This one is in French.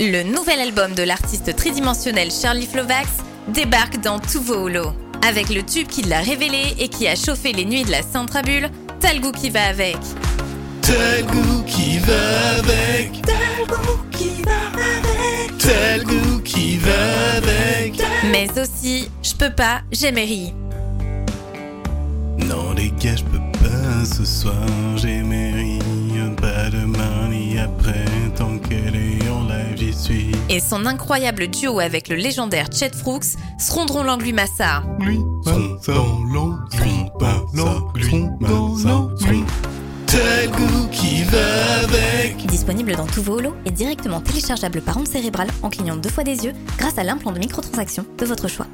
Le nouvel album de l'artiste tridimensionnel Charlie Flovax débarque dans tous vos holos. Avec le tube qui l'a révélé et qui a chauffé les nuits de la Centrabule, t'as le goût qui va avec. T'as le goût qui va avec. T'as le goût qui va avec. Mais aussi, je peux pas, j'ai mairie. Non les gars, je peux pas ce soir, j'ai mairie. Pas demain ni après, tant qu'elle est en live, j'y suis. Et son incroyable duo avec le légendaire Chet Frooks seront l'anglu Massa. Lui, son, dans l'an, son, pas l'an, lui, dans l'an, lui. T'as le goût qui va avec. Disponible dans tous vos holos et directement téléchargeable par onde cérébrale en clignant deux fois des yeux grâce à l'implant de microtransaction de votre choix.